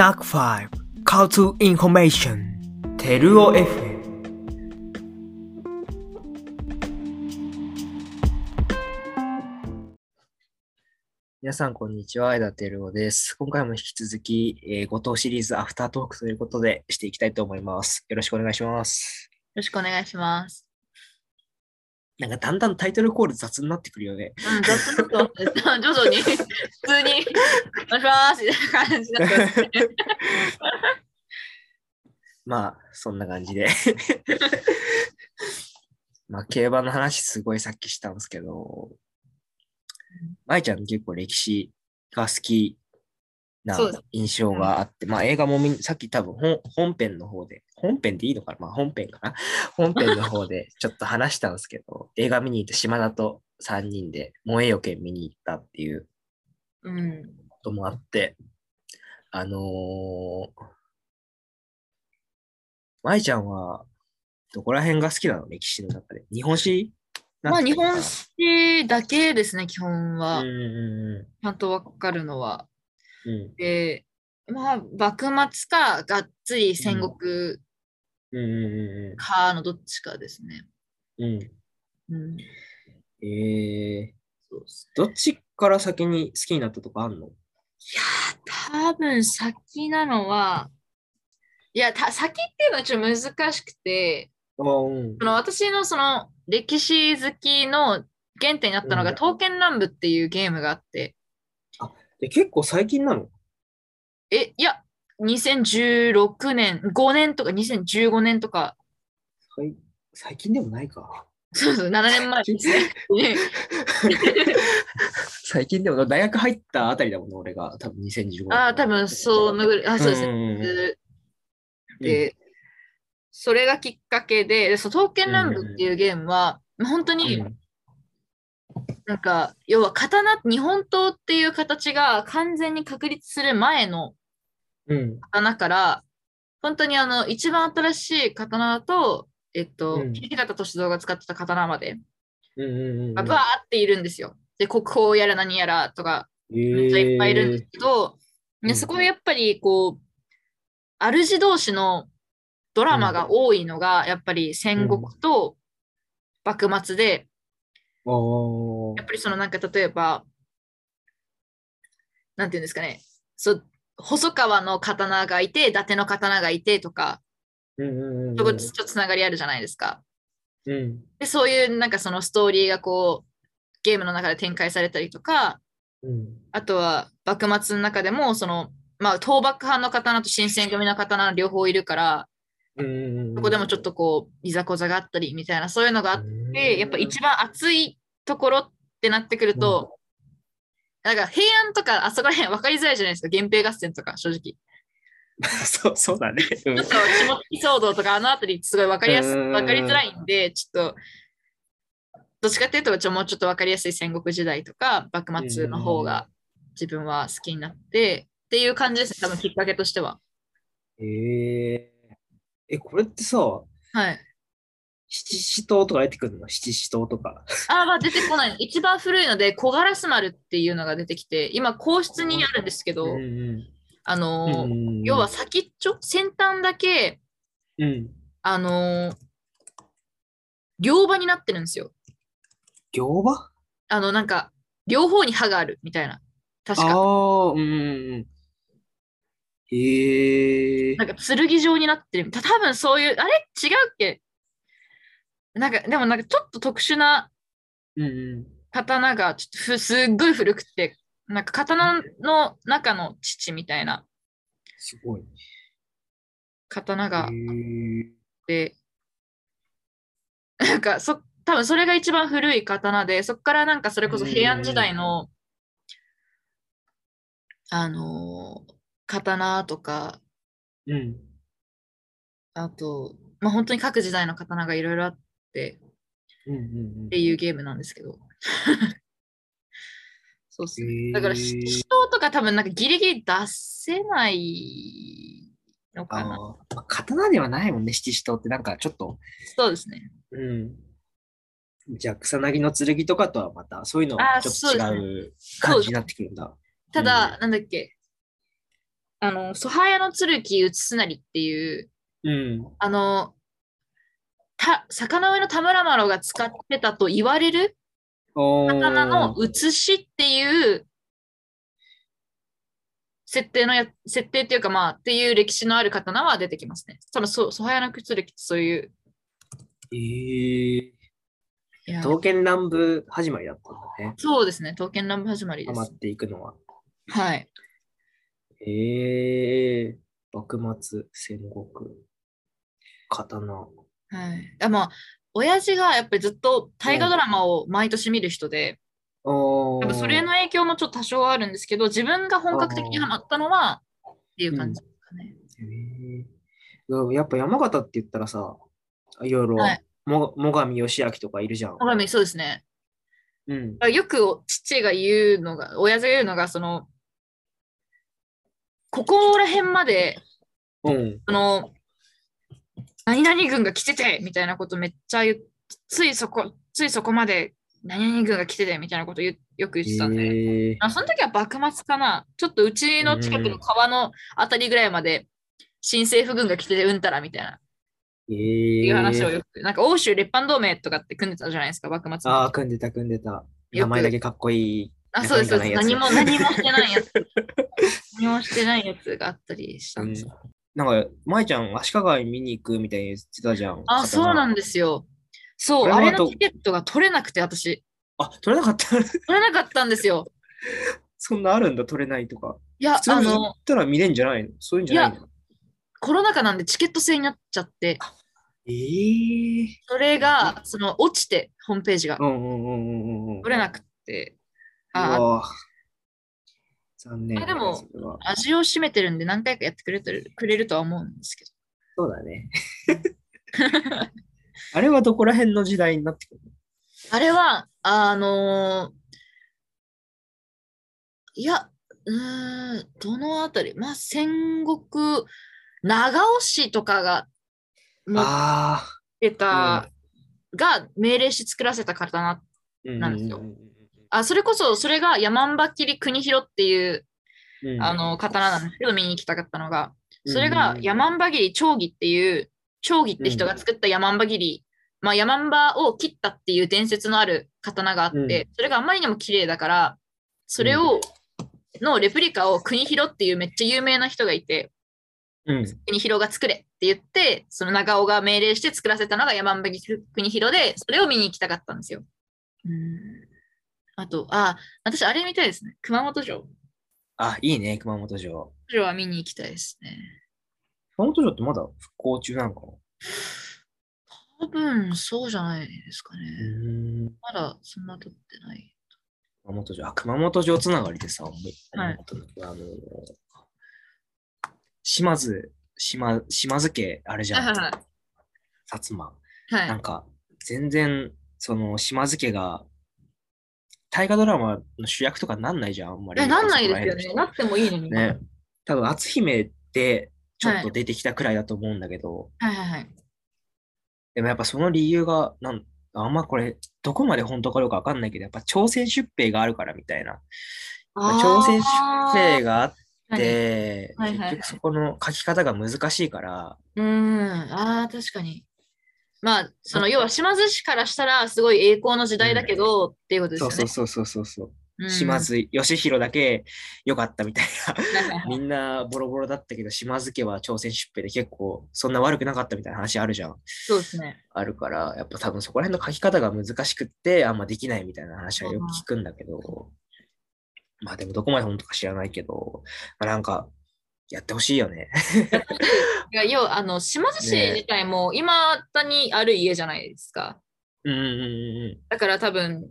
NAC5 Cultural Information テルオ FM 皆さん、こんにちは。枝テルオです。今回も引き続き、えー、ご当シリーズアフタートークということでしていきたいと思います。よろしくお願いします。よろしくお願いします。なんかだんだんタイトルコール雑になってくるよね。うん、雑誌と徐々 に、普通に、お願いしますみたいな感じになってますね まあ、そんな感じで。 まあ、競馬の話すごいさっきしたんですけど、舞ちゃん結構歴史が好きなそうです印象があって、まあ映画も見さっき多分本本編の方で、本編でいいのかなまあ本編かな本編の方でちょっと話したんですけど、 映画見に行って島田と3人で萌えよ剣見に行ったっていううん。こともあって、あのー、舞ちゃんは、どこら辺が好きなの歴史の中で。日本史まあ、日本史史だけですね、基本うんは。うちゃんとわかるのは。んうん。で、まあ、幕末か、がっつり戦国うんうんうんかのどっちかですね。うんうん。ううん。ん。えー、そうですどっちから先に好きになったとかあんのいやー、多分先なのは、いや、た先っていうのはちょっと難しくて、ああ、うんそ。の私のその歴史好きの原点になったのうがん「刀剣乱舞」っていうゲームがあって、で結構最近なのえ、いや、2016年、5年とか2015年とか、 最最近でもないか。そうそう、7年前ですね。 最近でも、大学入ったあたりだもんね、俺が。多分2015年。ああ、多分そうのぐらい、あ、そうですね。ね。で、それがきっかけで、でその刀剣乱舞っていうゲームは、まあ本当にうんなんか、要は刀、日本刀っていう形が完全に確立する前の、うん。刀から、本当にあの、一番新しい刀だと、えっと、うん土方歳三が使ってた刀まで、うんうんうんうんバーっているんですよ。で、国宝やら何やらとか、めっちゃいっぱいいるんですけど、えーね、そこはやっぱりこう、主同士のドラマが多いのが、やっぱり戦国と幕末で、あーやっぱりそのなんか例えば、なんていうんですかね、そう細川の刀がいて、伊達の刀がいてとか、うんうんうんうんそこちょっとつながりあるじゃないですか。うんで、そういうなんかそのストーリーがこう、ゲームの中で展開されたりとか、うんあとは幕末の中でも、その、まあ、倒幕派の刀と新選組の刀両方いるから、うんうんうんそこでもちょっとこう、いざこざがあったりみたいな、そういうのがあっうんて、やっぱ一番熱いところってなってくると、なんか平安とかあそこら辺分かりづらいじゃないですか、源平合戦とか、正直。 そうそうだね。うんちょっと下関騒動とかあのあたりすごい分かりやすういん分かりづらいんでちょっとどっちかっていうとちょもうちょっと分かりやすい戦国時代とか幕末の方が自分は好きになってっていう感じですね多分きっかけとしてはえーえ、これってさ、はい七支刀とか出てくるの七支刀とか。あーまあ出てこない一番古いので小ガラス丸っていうのが出てきて今皇室にあるんですけど、うんうんあのーうんうんうん要は、先っちょ先端だけうん。あのー両刃になってるんですよ行場あの、なんか、両方に歯があるみたいな。確あか。あ、うんうんうん。えーなんか、剣状になってる。た多分そういう、あれ違うっけなんか、でもなんか、ちょっと特殊なうんうん刀が、ちょっとふすっごい古くて、なんか、刀の中の父みたいなすごい。刀があっえて、なんか、そ、多分それが一番古い刀で、そこからなんか、それこそ平安時代の、あのー刀とか、ーうん。あと、まあ、本当に各時代の刀がいろいろあってうんうんうんっていうゲームなんですけど。 そうっすね。だから、え七ー支刀とか多分なんかギリギリ出せないのかな。あーまあ、刀ではないもんね、七支刀って。なんかちょっと、そうですね。うん。じゃあ、草薙の剣とかとはまた、そういうのあはーちょっとそうです違う感じになってくるんだ。ただ、うなんだっけ。あの、ソハヤの剣うつすなりっていう、うん。あの、た坂の上の田村麻呂が使ってたと言われるおー魚の写しっていう設定のや設定っていうかまあっていう歴史のある刀は出てきますね。そのそソハヤの靴歴ってそういう。えー、いや刀剣乱舞始まりだったんだね。そうですね、刀剣乱舞始まりハでマっす。ていくのは。はい。えー、幕末、戦国、刀。はい、あまあ親父がやっぱりずっと大河ドラマを毎年見る人で、おやっぱそれの影響もちょっと多少はあるんですけど、自分が本格的にハマったのはっていう感じですかね。えー、やっぱ山形って言ったらさ、いろいろ、はいも最上義明とかいるじゃん。小上そうですね。うん。よくお父が言うのが、親父が言うのが、その、ここら辺まで、うん。その、何々軍が来ててみたいなことめっちゃ言っついそこ、ついそこまで何々軍が来ててみたいなこと言うよく言ってたんで、えーあその時は幕末かな、ちょっとうちの近くの川のあたりぐらいまで、新政府軍が来ててうんたらみたいな、えー、いう話をよく、なんか欧州列藩同盟とかって組んでたじゃないですか、幕末のああ、組んでた、組んでた。名前だけかっこいい。あ、そうです、そうです。中身何がも、何もしてないやつ。 何もしてないやつがあったりしたんです。なんか、舞ちゃん、足利見に行くみたいに言ってたじゃん。あ、そうなんだ。ですよ。そう、こあれれはどのチケットが取れなくて、私。あ、取れなかった。 取れなかったんですよ。そんなあるんだ、取れないとか。いや普、通あに行のっ、たら見れんじゃないのそういうんじゃないのコロナ禍なんでチケット制になっちゃって、ええそれが、その、落ちて、ホームページがう。んうんうんうんうんうん。取れなくて。うあ、わ残念。あでもそれは、味を占めてるんで、何回かやってくれてるくれるとは思うんですけど。そうだね。 あれはどこら辺の時代になってくるあれは、あのーいや、うーん、どのあたり、まあ、戦国、長尾市とかがの 持っあてた、が命令して作らせた刀な。あ、なんですよあ、それこそ、それが山姥切国広っていう、うんあの、刀なんですけど、見に行きたかったのが、それが山姥切長義っていう、長義って人が作った山姥切、まあ、山姥を切ったっていう伝説のある刀があって、うんそれがあまりにも綺麗だから、それを、のレプリカを国広っていうめっちゃ有名な人がいて、うん。国広が作れって言って、その長尾が命令して作らせたのが山姥切国広で、それを見に行きたかったんですよ。うんあと、あ、私あれみたいですね。熊本城。熊あ、いいね、熊本城。本城は見に行きたいですね。熊本城ってまだ復興中なのかな多分そうじゃないですかね。うん。まだそんな撮ってない。熊本城。あ、熊本城つながりでさ、思いはい思ったのがあの島津、島、島津家、あれじゃん。はいはいはい薩摩。はないん。か、全然、その、島津家が、大河ドラマの主役とかなんないじゃん、あんまり。え、なんないですよそね。こらなってもいいのに。辺の人。ね。多分、篤姫って、ちょっはとい出てきたくらいだと思うんだけど、はいはいはい。でもやっぱその理由が、なんあんまこれ、どこまで本当かどうかわかんないけど、やっぱ朝鮮出兵があるからみたいな。朝鮮出兵が。があって、はいはいはい結局そこの書き方が難しいから、うーん。ああ、確かに。まあ、その、要は島津氏からしたら、すごい栄光の時代だけど、っていうことですそうよね。そうそうそうそうそう、うん島。津義弘だけ良かったみたいな。 はいはいはいみんなボロボロだったけど、島津家は朝鮮出兵で結構そんな悪くなかったみたいな話あるじゃん。そうですね。あるから、やっぱ多分そこら辺の書き方が難しくって、あんまできないみたいな話はよく聞くんだけど、まあでもどこまで本当か知らないけど、まあ、なんかやってほしいよね。いや要は、あの、島津氏ね自体も、今だにある家じゃないですか。うんうんうんだから多分、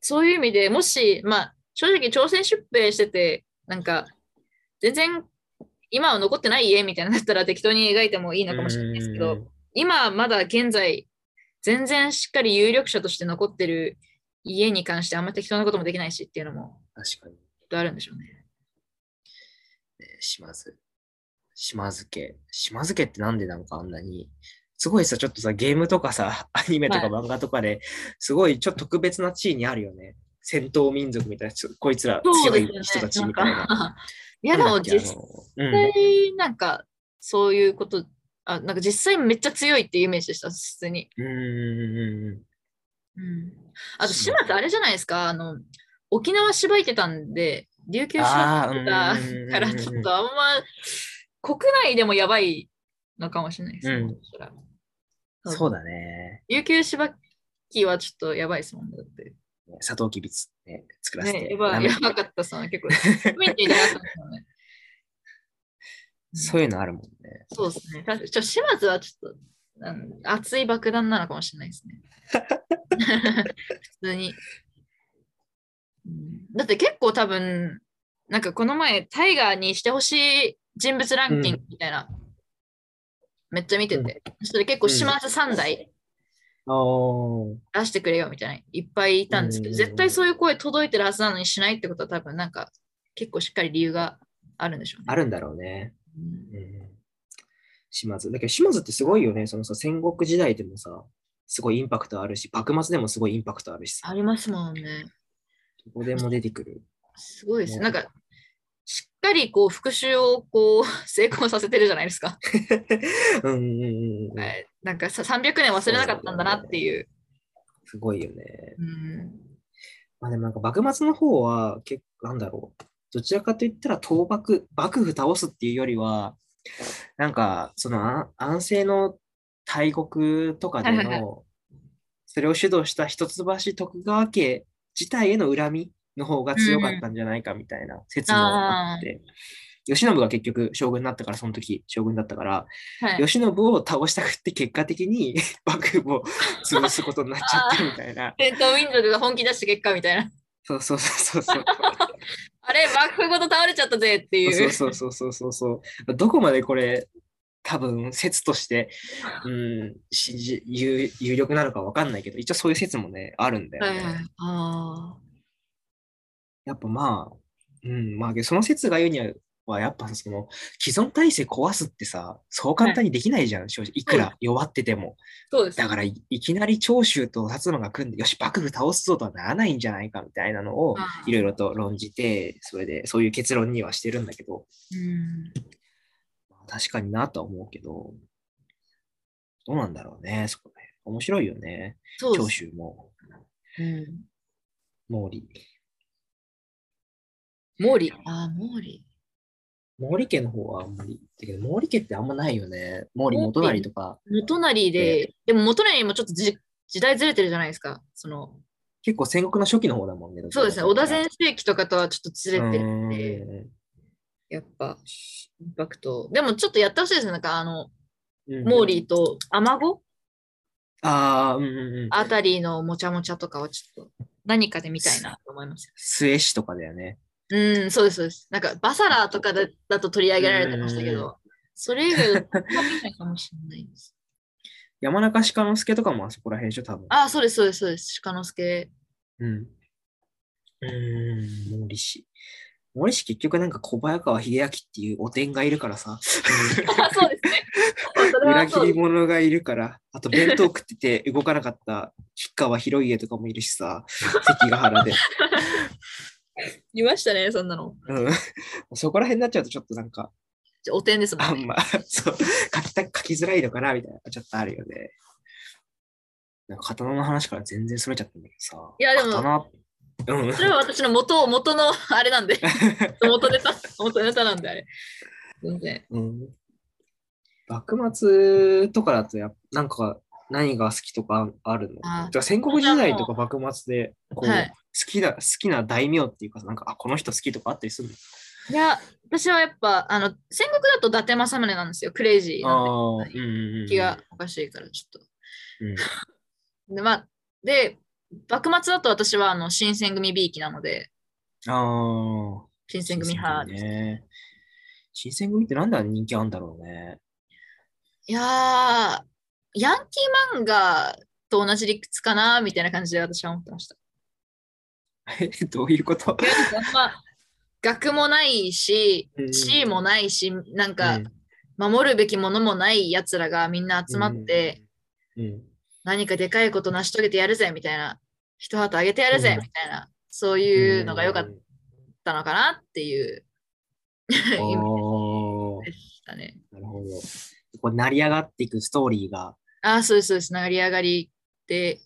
そういう意味でもし、まあ、正直朝鮮出兵してて、なんか、全然、今は残ってない家みたいなのだったら適当に描いてもいういん。のかもしれないですうけど、ん今まだ現在、全然しっかり有力者として残ってる家に関してあんま適当なこともできないしっていうのも確かに、きっとあるんでしょうね。ね島津。島津家。島津家ってなんでなんかあんなに、すごいさ、ちょっとさ、ゲームとかさ、アニメとかは漫画とかで、すごいちょっと特別な地位にあるよね。戦闘民族みたいな、ちょこいつら強い人たちみたいな。なんかいやでなもんだっけあ実のうん実際なんかそういうことあなんか実際めっちゃ強いっていうイメージでした普通に、うんうんうんうん、あと島津あれじゃないですかあの沖縄しばいてたんで琉球しばいてあーたうんうんうんうんからちょっとあんま国内でもやばいのかもしれないですね、うんそしたらうんそうだね。琉球しばきはちょっとやばいですもんねだってサトウキビつ、ね、作らせて。ねやばラいムやばかったさ結構 雰囲気でやばかったですもんねそういうのあるもんね。そうですね。確かにちょ島津はちょっとあの熱い爆弾なのかもしれないです ね。普通に、うんだって結構多分、なんかこの前、タイガーにしてほしい人物ランキングみたいな、めっちゃ見てて、そしたら結構島津3台お出してくれよみたいな、いっぱいいたんですけど、うん絶対そういう声届いてるはずなのにしないってことは多分、なんか結構しっかり理由があるんでしょうね。あるんだろうね。うんうん島津。だけど島津ってすごいよね。そのさ、戦国時代でもさ、すごいインパクトあるし、幕末でもすごいインパクトあるしさ、ありますもんね。どこでも出てく る。すごいですね。もなうんか、しっかりこう復習をこう 成功させてるじゃないですか。うんうんうんうん。はいなんかさ300年忘れなかったんだなっていう。すごいよね。うんまあでもなんか幕末の方は結構なんだろう。どちらかといったら倒幕、幕府倒すっていうよりは、なんかその安安政の大国とかではいはいの、それを主導した一橋徳川家自体への恨みの方が強かったんじゃないかみたいな説もあって、慶喜が結局将軍になったから、その時将軍だったから、はい、慶喜を倒したくって結果的に 幕府を潰すことになっちゃったみたいな。テントウィンドウが本気出した結果みたいな。 そうそうそうそうそう。あれ、幕府ごと倒れちゃったぜっていう。そうそうそうそうそうそう。どこまでこれ、多分説として、うん、信じ有有力なのか分かんないけど、一応そういう説もね、あるんだよはね。いはい、あやっぱまあ、うん、まあ、その説が言うには、やっぱその既存体制壊すってさ、そう簡単にできないじゃん、正直。いくら弱ってても。ーそうですだからい、いきなり長州と薩摩が組んで、よし、幕府倒すぞとはならないんじゃないかみたいなのを、いろいろと論じて、それで、そういう結論にはしてるんだけど、うんまあ確かになとは思うけど、どうなんだろうね、そこね。面白いよね。そうで長す州も、うん毛利。毛利。ああ、毛利。毛利家の方はあんまり、だけど毛利家ってあんまないよね。毛利元就とか、元就で、でも元就もちょっとじ時代ずれてるじゃないですか。その結構戦国の初期の方だもんね。そうですね、ど織ちらか田とい全盛期とかとはちょっとずれうてとるんで。やっぱ、インパクト。でもちょっとやってほしいですね。なんかあの、うーん。モーー。リーとアマゴああ、うんうんうん。あたりのもちゃもちゃとかをちょっと何かで見たいなと思います。末氏とかだよね。うん、そうです、そうです。なんかバサラとかだだと取り上げられてましたけうんど、それ以外は見ないかもしれないです。山中鹿之助とかもあそこら辺でしょ、多分。あ、そうです、そうです、そうです。鹿之助。うん。うーん、毛利氏。毛利氏結局なんか小早川秀明っていうお天がいるから さ。あ、そうですね。それ裏は切そうりです。者がいるから、あと弁当食って て動かなかった吉川広家とかもいるしさ、関ヶ原で、いましたね、そんなの。うん。そこら辺になっちゃうとちょっとなんか、ちょお点ですもあんんね。ま、そう、書きた書きづらいのかなみたいな、ちょっとあるよね。なんか刀の話から全然それちゃったんだけどさ。いやでも刀、うんそ。れは私の元、元のあれな んで、元ネタ、元ネタなんであれ。全然。うん、幕末とかだとやっぱ、なんか何が好きとかああるのあてか戦国時代とか幕末でこう、はい好きな好きな大名っていうか、なんかあこの人好きとかあったりするのいや、私はやっぱ、あの、戦国だと伊達政宗なんですよ。クレイジーなああんー、うんうんうん。気がおかしいから、ちょっうん。と。 で、まあ、で、幕末だと私は、あの、新選組 B 期なので、ああ。新選組派です。ね。新選組ってなんであんな人気あんだろうね。 いやー、ヤンキー漫画と同じ理屈かな、みたいな感じで私は思って ました。えどういうこといやなんかまあ、学もないし、地位もないし、なんか、守るべきものもないやつらがみんな集まって、、うんうんうん何かでかいこと成し遂げてやるぜみたいな一旗あげてやるぜうんみたいな、そういうのが良かったのかなっていう 今おーでしたね。なるほど。こう成り上がっていくストーリーが。ああ、そうです、そうです。成り上がりで、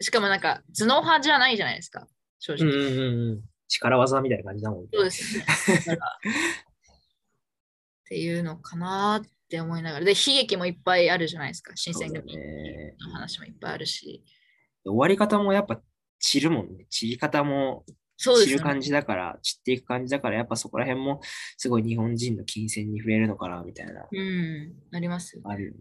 しかもなんか頭脳派じゃないじゃないですか、正直。うん。力技みたいな感じだもんね。そうですね。だからっていうのかなって思いながら。で、悲劇もいっぱいあるじゃないですか。新選そうだ組ね。の話もいっぱいあるし。終わり方もやっぱ散るもんね。散り方もそうで散するね。感じだから、散っていく感じだから、やっぱそこら辺もすごい日本人の金銭に触れるのかな、みたいな。うん、なりますよね。あるよね。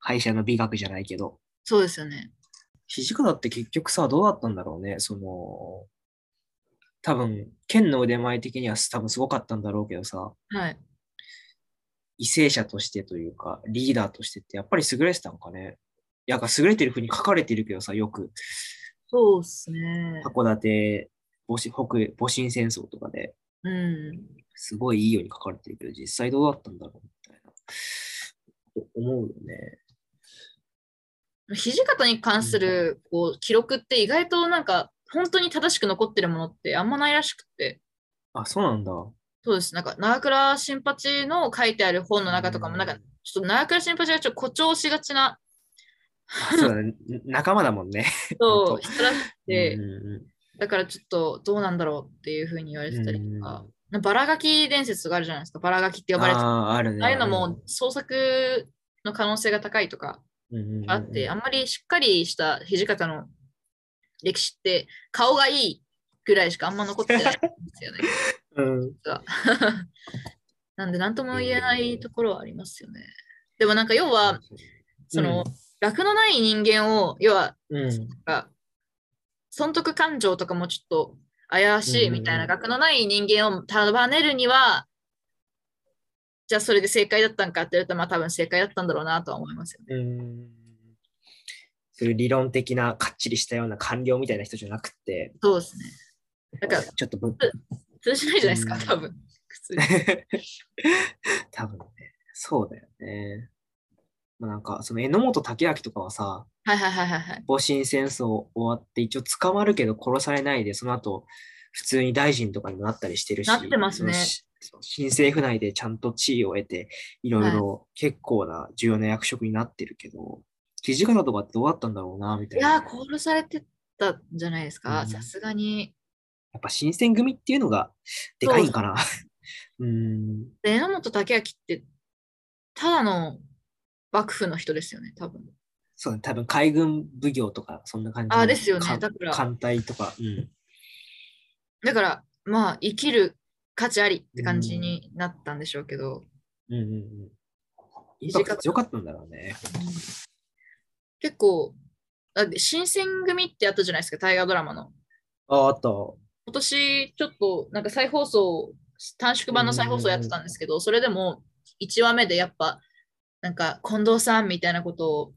敗者の美学じゃないけど。そうですよね。土方って結局さ、どうだったんだろうね。その、多分、剣の腕前的には多分すごかったんだろうけどさ、はい。為政者としてというか、リーダーとしてってやっぱり優れてたのかね。いや、なんか優れてる風に書かれてるけどさ、よく。そうですね。函館、戊辰北戊辰戦争とかでうん。すごいいいように書かれてるけど、実際どうだったんだろうみたいな。お思うよね。土方に関するこう記録って意外となんか本当に正しく残ってるものってあんまないらしくて。あ、そうなんだ。そうです。なんか長倉新八の書いてある本の中とかもなんかうちょっと長倉新八がちょっと誇張しがちなあそうだね。仲間だもんね。人本を人らしくてうん、うんだからちょっとどうなんだろうっていうふうに言われてたりとかう、なんかバラ書き伝説があるじゃないですか、バラ書きってう呼ん、ばれてたあああ、あるね。あいうのも創作の可能性が高いとかうんうんうんうんあって、あんまりしっかりした土方の歴史って顔がいいぐらいしかあんま残ってないんで すよね。うん、なんで何とも言えないところはありますよね。でもなんか要は、その、楽のない人間を、要は、うん、が損得感情とかもちょっと怪しいみたいな、うん学のない人間を束ねるには、じゃあそれで正解だったんかって言われたら、まあ多分正解だったんだろうなとは思いますよね。うん、そういう理論的なかっちりしたような官僚みたいな人じゃなくて、そうですね。なんかちょっとぶ通じないじゃないですか、うん多分。普通に。多分ね、そうだよね。まあ、なんかその榎本武明とかはさ、はいはいはいはいはい。戊辰戦争終わって一応捕まるけど殺されないで、その後普通に大臣とかにもなったりしてるし、なってますねそのしそう新政府内でちゃんと地位を得て、いろいろ結構な重要な役職になってるけど、土方とかってどうだったんだろうな、みたいいな。やー、殺されてたんじゃないですうか、んさすがに。やっぱ新選組っていうのがでかいんかな。 うーん。で榎本武明って、ただの幕府の人ですよね、多分。そうね、多分海軍奉行とか、そんな感じの。あーですよねかだから艦隊とか。うん。だから、まあ、生きる価値ありって感じになったんでしょうけど、うんうんうん。インパクト強かったんだろうね。結構、だって新選組ってあったじゃないですか、大河ドラマの。ああと、今年、ちょっと、なんか再放送、短縮版の再放送やってたんですけど、それでも、1話目でやっぱ、なんか、近藤さんみたいなこと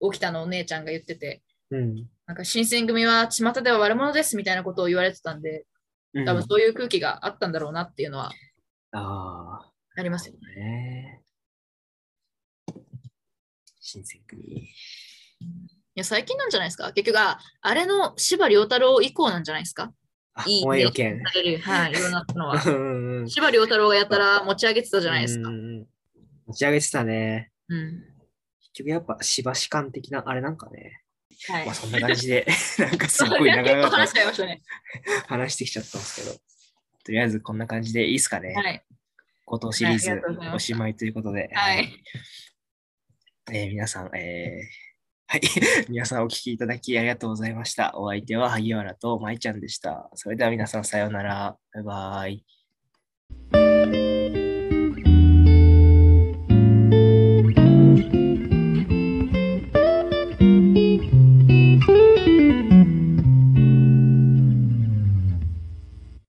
を、起きたのお姉ちゃんが言ってて、うん。なんか、新選組は巷では悪者ですみたいなことを言われてたんで、うん、多分あそういう空気があったんだろうなっていうのはあありますよね。ー、ね新選組。いや、最近なんじゃないですか結局、ああれの司馬遼太郎以降なんじゃないですかあ、いい燃えよ剣。される、はい、いろんな のは。うんうん。司馬遼太郎がやたら持ち上げてたじゃないですうか。んうんうん。持ち上げてたね。うん。結局やっぱ、しばし感的なあれなんかね。はいまあ。そんな感じ で、なんかすそうごい長 結々構と話しちゃいましたね。話してきちゃったんですけど、とりあえずこんな感じでいいですかね。はい。後藤シリーはいあズりがとうございおまししたまいということで、はい。えー皆さん、えーはい、 皆さんお聞きいただきありがとうございました。お相手は萩原と舞ちゃんでした。それでは皆さんさようなら。バイバイ。